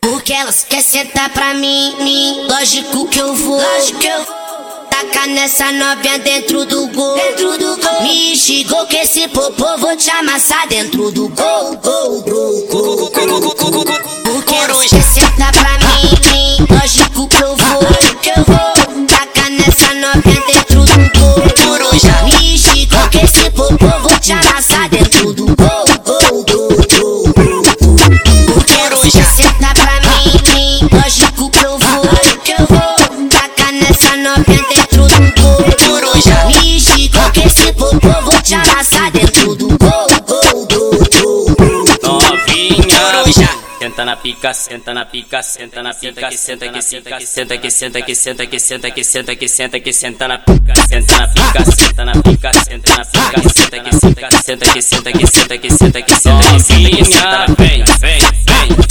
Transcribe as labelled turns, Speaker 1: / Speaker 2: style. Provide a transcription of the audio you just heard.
Speaker 1: porque elas quer sentar pra mim, mim. Lógico que eu vou, lógico que eu vou. Taca nessa novinha dentro do gol, dentro do gol. Me xingou que esse popô vou te amassar dentro do gol, gol, gol, gol. Porque elas quer sentar pra mim, mim. Lógico que eu vou, lógico que eu vou. Taca nessa novinha dentro do gol, coruja. Me xingou que esse popô vou te amassar dentro do gol, gol, gol, gol. Coruja, senta pra mim, mim. Lógico que eu vou, lógico que eu vou. Taca nessa novinha dentro do gol. Coruja, me xingou que esse popô vou te amassar dentro do gol, gol, gol, gol.
Speaker 2: novinha. Senta na pica, senta na pica, senta na pica, que senta que senta que senta que senta que senta que senta que senta que senta que senta na pica, senta na pica, senta na pica, senta na pica, senta que senta que senta que senta que senta que senta que senta que senta que senta que senta vem, vem, vem.